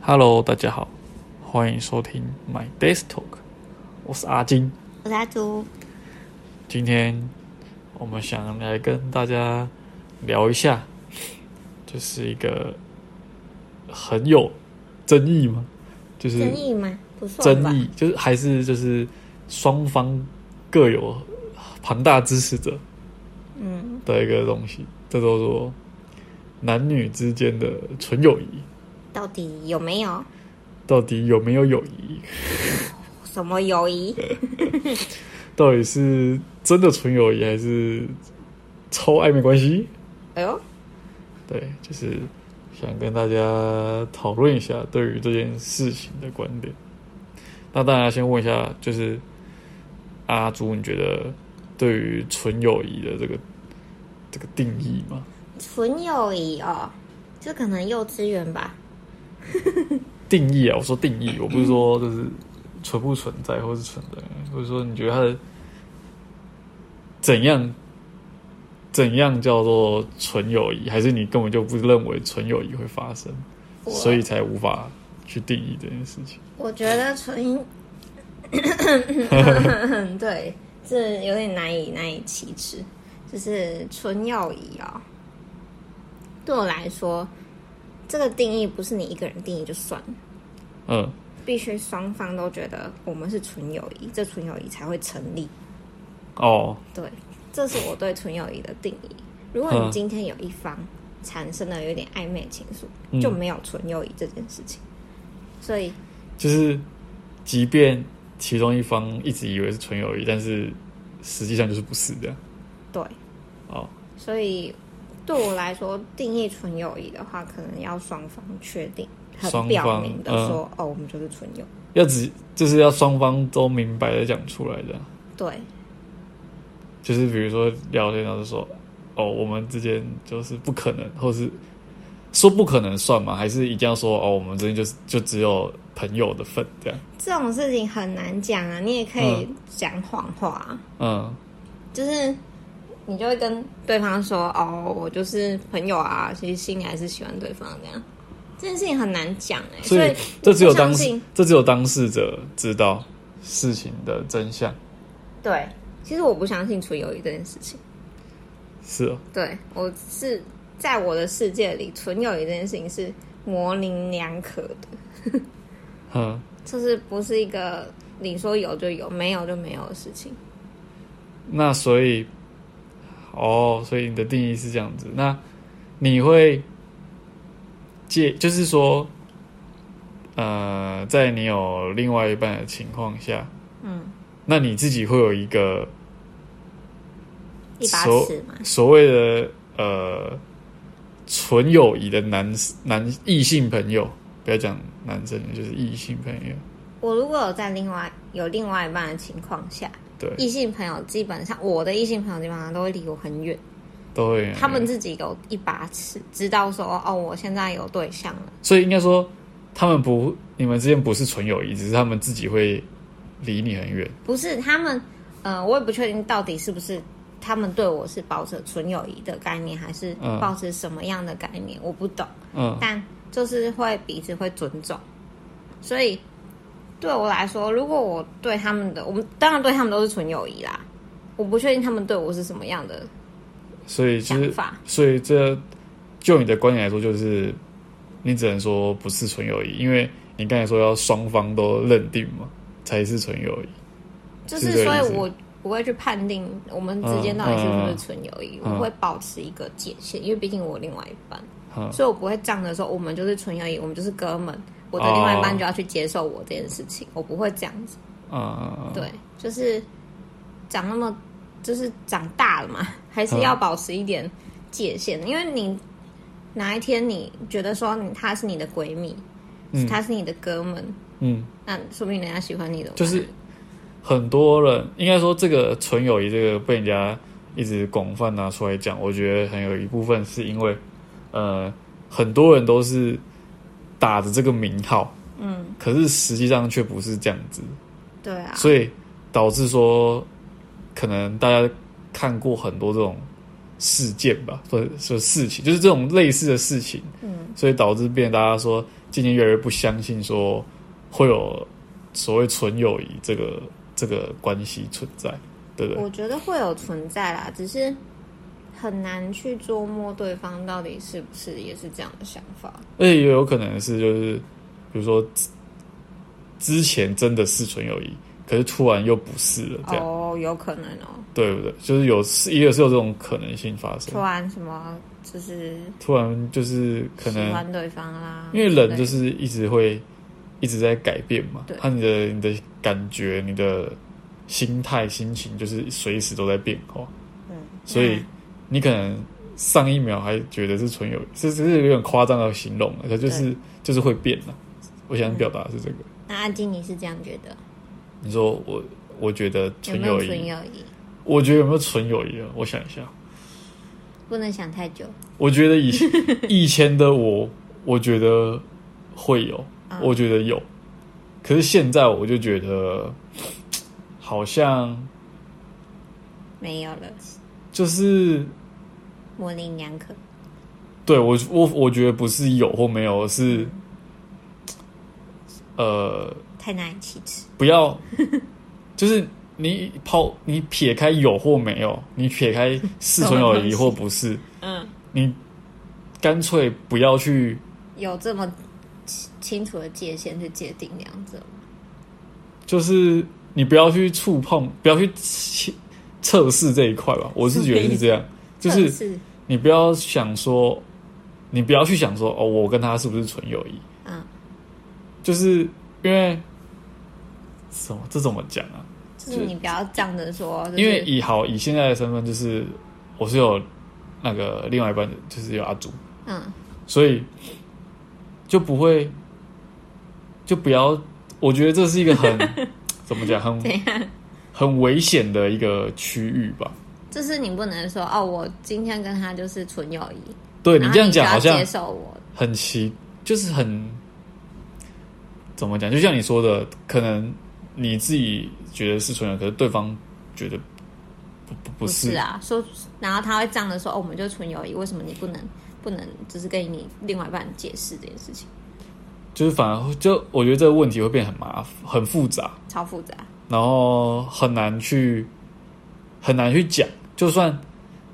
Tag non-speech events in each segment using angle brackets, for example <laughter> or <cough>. Hello，大家好，欢迎收听 My Desk Talk，我是阿金。我是阿朱，今天我们想来跟大家聊一下，就是一个很有争议嘛，就是争议吗？不算吧嗯争。议，就是还是就是双方各有庞大支持者嗯，的一个东西，这都说男女之间的纯友谊到底有没有到底有没有友谊？什么友谊？到底是真的纯友谊还是超暧昧关系？哎呦，对，就是想跟大家讨论一下对于这件事情的观点。那当然，先问一下，就是阿朱，你觉得对于纯友谊的这个这个定义吗？纯友谊哦，这可能幼稚园吧。定义啊，我说定嗯义，我不是说就是存不存在，或是存在，或者说你觉得它的怎样怎样叫做纯友谊，还是你根本就不认为纯友谊会发生，我啊所以才无法去定义这件事情。我觉得 <laughs> 纯， <laughs> 对，这有点难以难以启齿。就是纯友谊哦，对我来说，这个定义不是你一个人定义就算了，嗯，必须双方都觉得我们是纯友谊，这纯友谊才会成立。哦，对，这是我对纯友谊的定义。如果嗯你今天有一方产生了有点暧昧的情愫，嗯就没有纯友谊这件事情。所以，就是即便其中一方一直以为是纯友谊，但是实际上就是不是的。对，哦，所以对我来说，定义纯友谊的话，可能要双方确定，双很方表明的嗯说，哦，我们就是纯友。谊。要只就是要双方都明白的讲出来的啊、对，就是比如说聊天，然后就说哦，我们之间就是不可能，或是说不可能算吗？还是一定要说哦，我们之间就是就只有朋友的份这样？这种事情很难讲啊，你也可以讲谎话啊、嗯，就是你就会跟对方说：“哦，我就是朋友啊，其实心里还是喜欢对方这样。”这件事情很难讲哎、所所以以这只有我相当信事这只有当事者知道事情的真相对，其实我不相信纯友谊这件事情。是哦，对我是在我的世界里，纯友谊这件事情是模棱两可的，嗯，就是不是一个你说有就有，没有就没有的事情。那所以哦，所以你的定义是这样子，那你会介就是说。呃，在你有另外一半的情况下，嗯，那你自己会有一个一把所尺嘛，所谓的呃纯友谊的男男异性朋友，不要讲男生，就是异性朋友，我如果有在另外有另外一半的情况下，对，异性朋友基本上我的异性朋友基本上都会离我很远。都会他们自己有一把尺，知道说哦，我现在有对象了。所以应该说他们不，你们之间不是纯友谊，只是他们自己会离你很远。不是他们，呃，我也不确定到底是不是他们对我是保持纯友谊的概念，还是嗯保持什么样的概念，我不懂。嗯但就是会彼此会尊重，所以对我来说，如果我对他们的，我们当然对他们都是纯友谊啦。我不确定他们对我是什么样的所以就想是，法，所以这就你的观点来说，就是你只能说不是纯友谊，因为你刚才说要双方都认定嘛，才是纯友谊。就是是这个所以意思我不会去判定我们之间到底是不是纯友谊，嗯嗯我会保持一个界限，因为毕竟我有另外一半，嗯所以我不会仗着说我们就是纯友谊，我们就是哥们，我的另外一半哦就要去接受我这件事情，我不会这样子。啊、嗯，对，就是长那么，就是长大了嘛，还嗯是要保持一点界限，因为你哪一天你觉得说你她是你的闺蜜，嗯她是你的哥们，嗯。那说不定人家喜欢你的，就是很多人应该说这个纯友谊这个被人家一直广泛拿出来讲，我觉得很有一部分是因为呃很多人都是打着这个名号，嗯，可是实际上却不是这样子，对啊，所以导致说可能大家看过很多这种事件吧，或者说事情，就是这种类似的事情，嗯，所以导致变成大家说渐渐越来越不相信说会有所谓纯友谊这个这个关系存在，对不对？我觉得会有存在啦，只是很难去捉摸对方到底是不是也是这样的想法。而且也有可能是就是，比如说之之前真的是纯友谊，可是突然又不是了，这样、哦，有可能哦，对不对？就是有也有是有这种可能性发生突，然什么就是突然就是可喜能欢啊对方啦，因为人就之类是一直会一直在改变嘛对，他你的你的感觉、你的心态、心情，就是随时都在变化，的嗯，所以嗯你可能上一秒还觉得是纯友谊，这这是有点夸张的形容了，可就是就是会变了。我嗯想表达的是这个，那阿金你是这样觉得？你说我我觉得有纯没有友纯谊，友谊？我觉得有没有纯友谊啊？我想一下，不能想太久，我觉得以以前的我，我觉得会有，嗯我觉得有。可是现在我就觉得，好像没有了，就是模棱两可。对我我我觉得不是有或没有，是呃，太难以启齿。不要，就是你抛你撇开有或没有，你撇开是纯友谊或不是，嗯，你干脆不要去有这么清清楚的界限去界定两者吗？就是你不要去触碰，不要去切测试这一块吧。我是觉得是这样，就这是你不要想说，你不要去想说哦，我跟他是不是纯友谊？嗯，就是因为什么这怎么讲啊？就是你不要仗着说，就是、因为以好以现在的身份，就是我是有那个另外一半的，就是有阿祖，嗯所以就不会就不要。我觉得这是一个 <laughs> 很怎么讲，很怎样，很危险的一个区域吧。就是你不能说哦，我今天跟他就是纯友谊。对然你后这样讲，好就要像接受我，很奇，就是很怎么讲？就像你说的，可能你自己觉得是纯友，可是对方觉得不不不不是是啊？说，然后他会仗着说哦，我们就纯友谊，为什么你不能不能就是跟你另外一半解释这件事情？就是反而会就我觉得这个问题会变很麻烦、很复杂，超复杂，然后很难去很难去讲。就算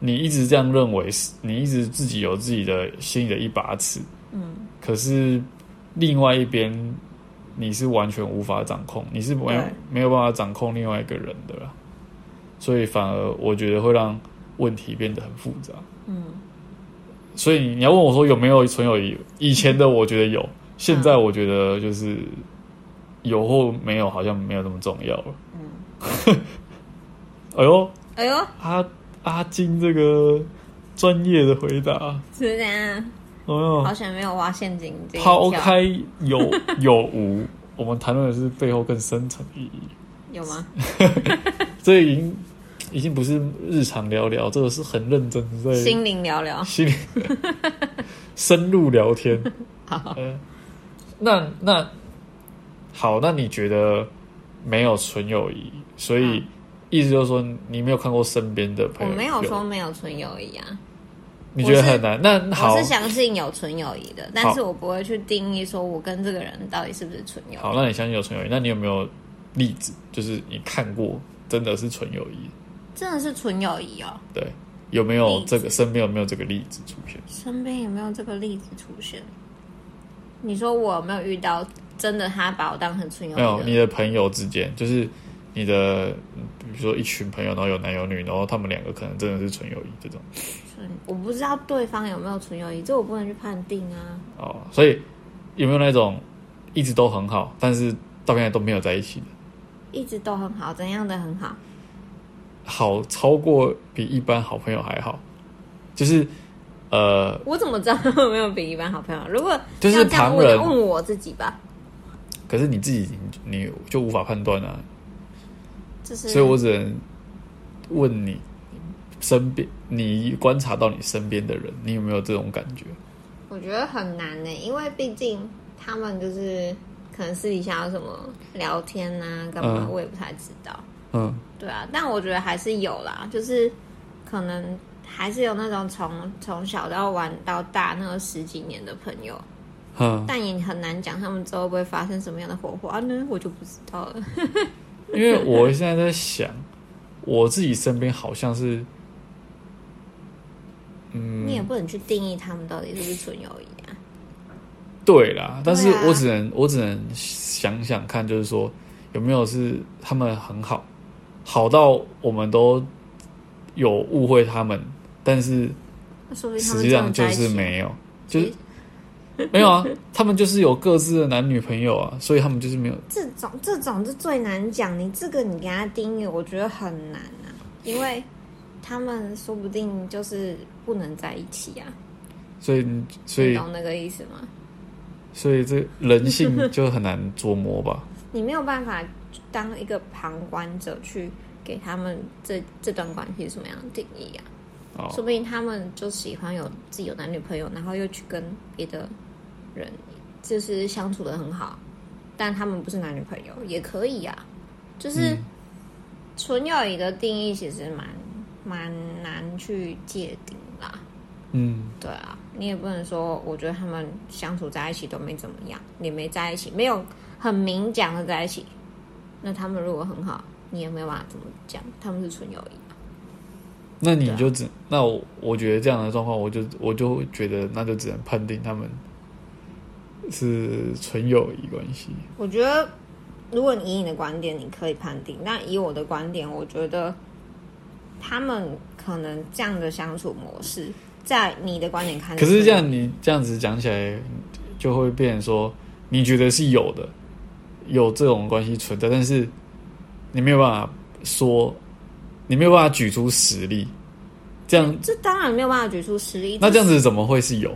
你一直这样认为，是你一直自己有自己的心里的一把尺，嗯，可是另外一边你是完全无法掌控，你是没有对没有办法掌控另外一个人的啦，所以反而我觉得会让问题变得很复杂。嗯，所以你要问我说有没有纯友谊？以前的我觉得有，现在嗯我觉得就是有或没有好像没有那么重要了。嗯，哎呦，哎呦，阿阿金这个专业的回答，是不是这样？哎呦好，险没有挖陷阱这一抛跳开有有无，我们谈论的是背后更深层的意义。有吗？这已经已经不是日常聊聊，这个是很认真的在心啊灵聊聊，心里深入聊天。 <laughs> 好，嗯，那那好，那你觉得没有纯友谊，所以嗯意思就是说你没有看过身边的我朋友，没有说，没有纯友谊啊，你觉得我是很难？那好我是相信有纯友谊的，但是我不会去定义说我跟这个人到底是不是纯友好，那你相信有纯友谊？那你有没有例子，就是你看过真的是纯友谊？谊，真的是纯友谊哦。对，有没有例这子个身边有没有这个例子出现？身边有没有这个例子出现？你说我有没有遇到真的他把我当成纯友没有，谊的你的朋友之间，就是你的，嗯比如说一群朋友，然后有男有女，然后他们两个可能真的是纯友谊这种纯？我不知道对方有没有纯友谊，这我不能去判定啊。哦。所以有没有那种一直都很好，但是到现在都没有在一起的，一直都很好，怎样的很好？好超过比一般好朋友还好？就是呃，我怎么知道他有没有比一般好朋友？如果就是要这样旁问人问我自己吧，可是你自己你你就无法判断啊，就是所以我只能问你身边，你观察到你身边的人，你有没有这种感觉？我觉得很难呢、因为毕竟他们就是可能私底下有什么聊天呐、干嘛，嗯我也不太知道。嗯，对啊，但我觉得还是有啦，就是可能还是有那种从从小到玩到大那个十几年的朋友，嗯，但也很难讲他们之后会不会发生什么样的火花呢？我就不知道了。因为我现在在想，我自己身边好像是，嗯，你也不能去定义他们到底是不是纯友谊啊。对啦，但是对啊我只能、我只能想想看，就是说有没有是他们很好，好到我们都有误会他们，但是那说不定他实们际真的上就在一是起没有，就其是实没有啊，他们就是有各自的男女朋友啊，所以他们就是没有。这种这种是最难讲，你这个你给他定义，我觉得很难啊，因为他们说不定就是不能在一起啊，所以你，所你以，懂那个意思吗？所以这人性就很难捉摸吧？你没有办法当一个旁观者去给他们这这段关系什么样的定义啊？哦，说不定他们就喜欢有自己有男女朋友，然后又去跟别的人就是相处的很好，但他们不是男女朋友也可以啊。就是嗯纯友谊的定义其实蛮蛮难去界定啦。嗯，对啊，你也不能说，我觉得他们相处在一起都没怎么样，也没在一起，没有很明讲的在一起。那他们如果很好，你也没有办法怎么讲，他们是纯友谊啊。那你就只、那我我觉得这样的状况，我就我就会觉得那就只能判定他们是纯友谊关系。我觉得，如果你以你的观点，你可以判定；那以我的观点，我觉得他们可能这样的相处模式，在你的观点看，可是这样你这样子讲起来，就会变成说你觉得是有的，有这种关系存在，但是你没有办法说，你没有办法举出实例，这样这当然没有办法举出实例。那这样子怎么会是有？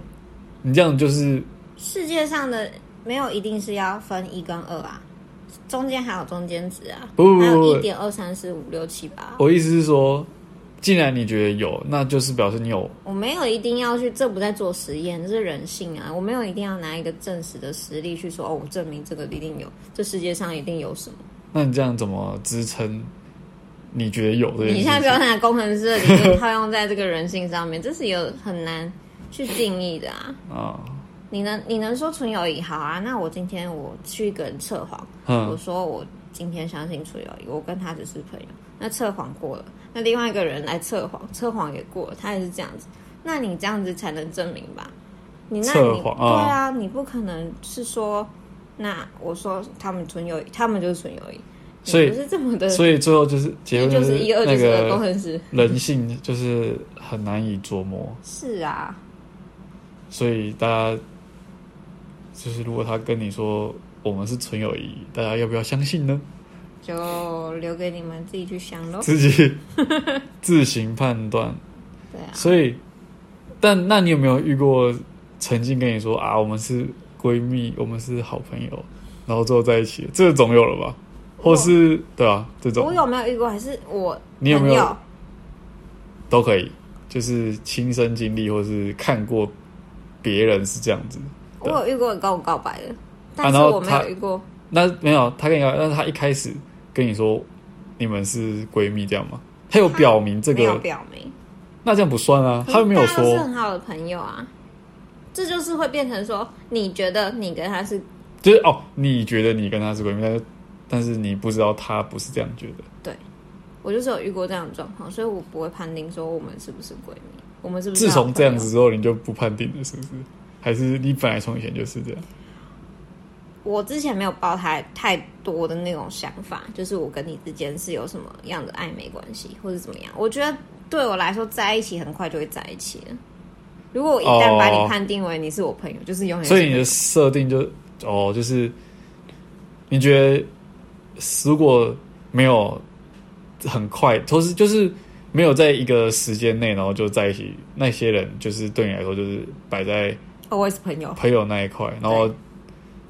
你这样就是世界上的没有一定是要分一跟二啊，中间还有中间值啊，不不不还不有一点二三四五六七八。我意思是说，既然你觉得有，那就是表示你有我没有一定要去，这不在做实验，这是人性啊。我没有一定要拿一个证实的实例去说哦，我证明这个一定有，这世界上一定有什么。那你这样怎么支撑？你觉得有这件你事现在不要情？拿工程师的理论套用在这个人性上面，这是有很难去定义的啊。啊，你能你能说纯友谊好啊？那我今天我去跟测谎，我嗯，说我今天相信纯友谊，我跟他只是朋友。那测谎过了，那另外一个人来测谎，测谎也过了，他也是这样子。那你这样子才能证明吧？你那测你谎对啊，你不可能是说，那我说他们纯友谊，他们就是纯友谊，你所以不是这么的，所以最后就是结那论就是一二呃就那是二工个程师。人性就是很难以琢磨，是啊，所以大家就是如果他跟你说我们是纯友谊，大家要不要相信呢？就留给你们自己去想喽。自己 <laughs> 自行判断。对啊，所以，但那你有没有遇过曾经跟你说啊，我们是闺蜜，我们是好朋友，然后最后在一起，这总有了吧？或是对啊，这我种有没有遇过？还是我你有没朋有友都可以，就是亲身经历，或是看过别人是这样子。我有遇过跟我告白的，啊但是然后我没他有遇过。那没有他跟你讲，那他一开始跟你说你们是闺蜜这样吗？他有表明这没有个，表明，那这样不算啊，他又没有可是大家都是说，很好的朋友啊。这就是会变成说，你觉得你跟他是就是哦，你觉得你跟他是闺蜜，但是但是你不知道他不是这样觉得。我就是有遇过这样的状况，所以我不会判定说我们是不是闺蜜，我们是不是自从这这样子，之后，你就不判定了，是不是？还是你本来从以前就是这样？我之前没有抱太太多的那种想法，就是我跟你之间是有什么样的暧昧关系，或者怎么样。我觉得对我来说，在一起很快就会在一起了。如果我一旦把哦你判定为你是我朋友，就是永远是所以你朋友的设定就哦，就是你觉得如果没有很快，同时就是没有在一个时间内，然后就在一起，那些人就是对你来说就是摆在 always 朋友，朋友那一块，然后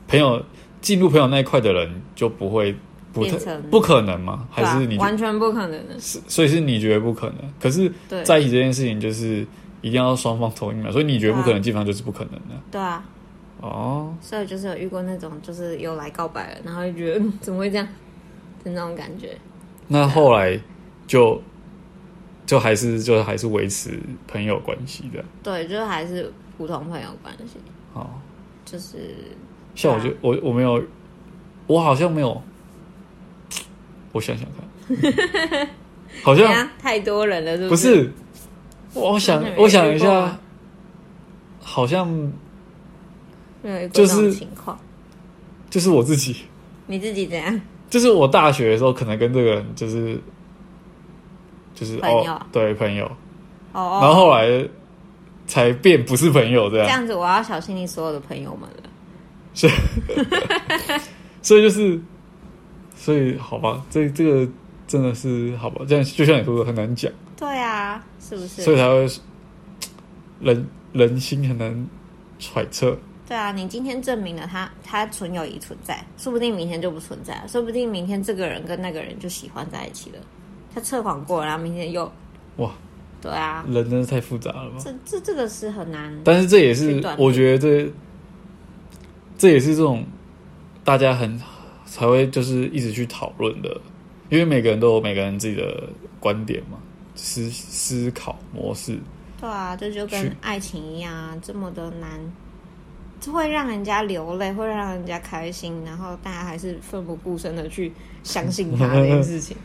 朋友进入朋友那一块的人就不会不变太成不可能吗？还对是啊你觉得完全不可能的。是所以是你觉得不可能，可是。对，在一起这件事情就是一定要双方同意嘛，所以你觉得不可能，基本上就是不可能的。对啊，哦，所以就是有遇过那种，就是有来告白了，然后就觉得嗯怎么会这样的那种感觉。那后来就就还是就还是维持朋友关系的。对，就是还是普通朋友关系。哦，就是像我就、啊我我没有，我好像没有，我想想看， <laughs> 好怎像样哎太多人了，是不是？是，我想没有我想一遇过下啊，好像没有遇过就这种是情况，就是我自己，你自己怎样？就是我大学的时候可能跟这个人就是就是朋友啊哦对朋友，哦，然后啊后来才变不是朋友这这样，样子我要小心你所有的朋友们了。所以就是所以好吧，这这个真的是好吧，这样就像你说的很难讲。对啊，是不所以是？才会人人心很难揣测。对啊，你今天证明了他，他纯友谊存在，说不定明天就不存在了，说不定明天这个人跟那个人就喜欢在一起了。他测谎过，然后明天又哇，对啊，人真是太复杂了吧？这这这个是很难。但是这也去是断定我觉得这这也是这种大家很才会就是一直去讨论的，因为每个人都有每个人自己的观点嘛，思思考模式。对啊，这就跟去爱情一样啊，这么的难，这会让人家流泪，会让人家开心，然后大家还是奋不顾身的去相信他这 <laughs> 件事情。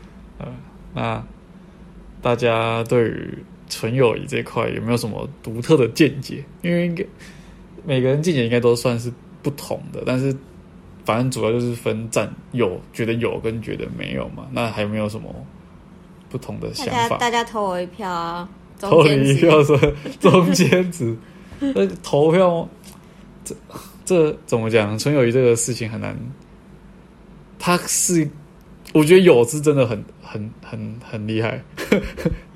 那大家对于纯友谊这块有没有什么独特的见解？因为应该每个人见解应该都算是不同的，但是反正主要就是分占有，觉得有跟觉得没有嘛。那还有没有什么不同的大想家法？ <laughs> 大家投我一票啊，投中间你一值票说 <laughs> 中间值，那投票这这怎么讲？纯友谊这个事情很难，它是我觉得有是真的很很很很厉害。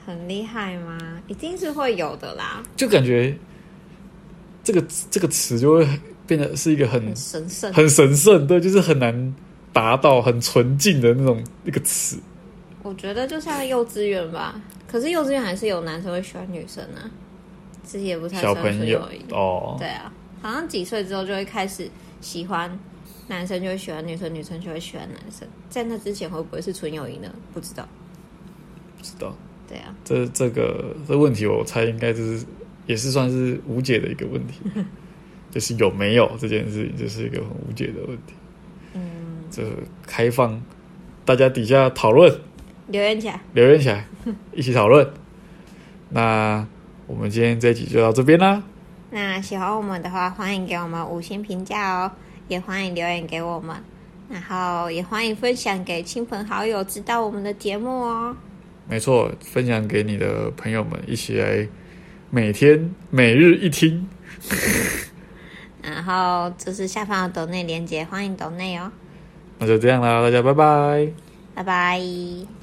很厉害吗？一定是会有的啦，就感觉这个这个词就会变得是一个很很神圣。很神圣，对，就是很难达到很纯净的那种一个词。我觉得就像幼稚园吧，可是幼稚园还是有男生会喜欢女生啊，自己也不太小算朋纯友友谊。哦，对啊，好像几岁之后就会开始喜欢男生，就会喜欢女生，女生就会喜欢男生。在那之前会不会是纯友谊呢？不知道。不知道对啊，这这个这问题，我猜应该就是也是算是无解的一个问 <laughs> 题，就是有没有这件事情，就是一个很无解的问题。嗯，这开放大家底下讨论，留言起来，留言起来，一起讨 <laughs> 论。那我们今天这一集就到这边啦。那喜欢我们的话，欢迎给我们五星评价哦，也欢迎留言给我们，然后也欢迎分享给亲朋好友知道我们的节目哦。没错，分享给你的朋友们，一起来每天每日一听。然后就是下方有抖内连接，欢迎抖内哦，那就这样啦，大家拜拜。拜拜。